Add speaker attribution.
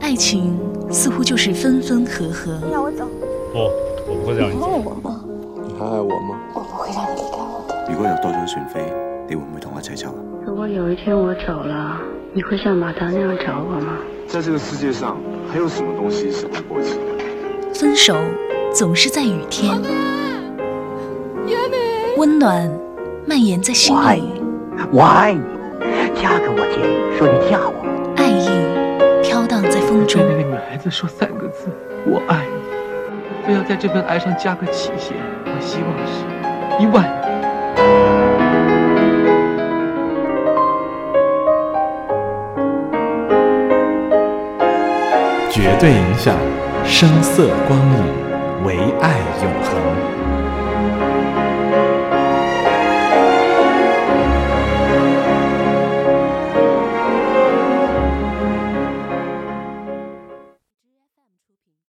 Speaker 1: 爱情似乎就是分分合合。
Speaker 2: 让我走，
Speaker 3: 不，哦我不会让你
Speaker 2: 你
Speaker 3: 走。
Speaker 2: 爱哦我吗？
Speaker 4: 你还爱我吗？
Speaker 2: 我不会让你离开我的。
Speaker 5: 如果有多張船飛，你會唔會同我一齊走啊？
Speaker 6: 如果有一天我走了，你会像马达那样找我吗？
Speaker 7: 在这个世界上，还有什么东西是会过期的？
Speaker 1: 分手总是在雨天，温暖蔓延在心里，
Speaker 8: 我爱你，嫁给我姐，说你嫁我。
Speaker 1: 爱意飘荡在风中
Speaker 9: 对。那个女孩子说三个字：“我爱你。”非要在这份爱上加个期限，我希望是一万年。
Speaker 10: 绝对影响，声色光影，唯爱永恒。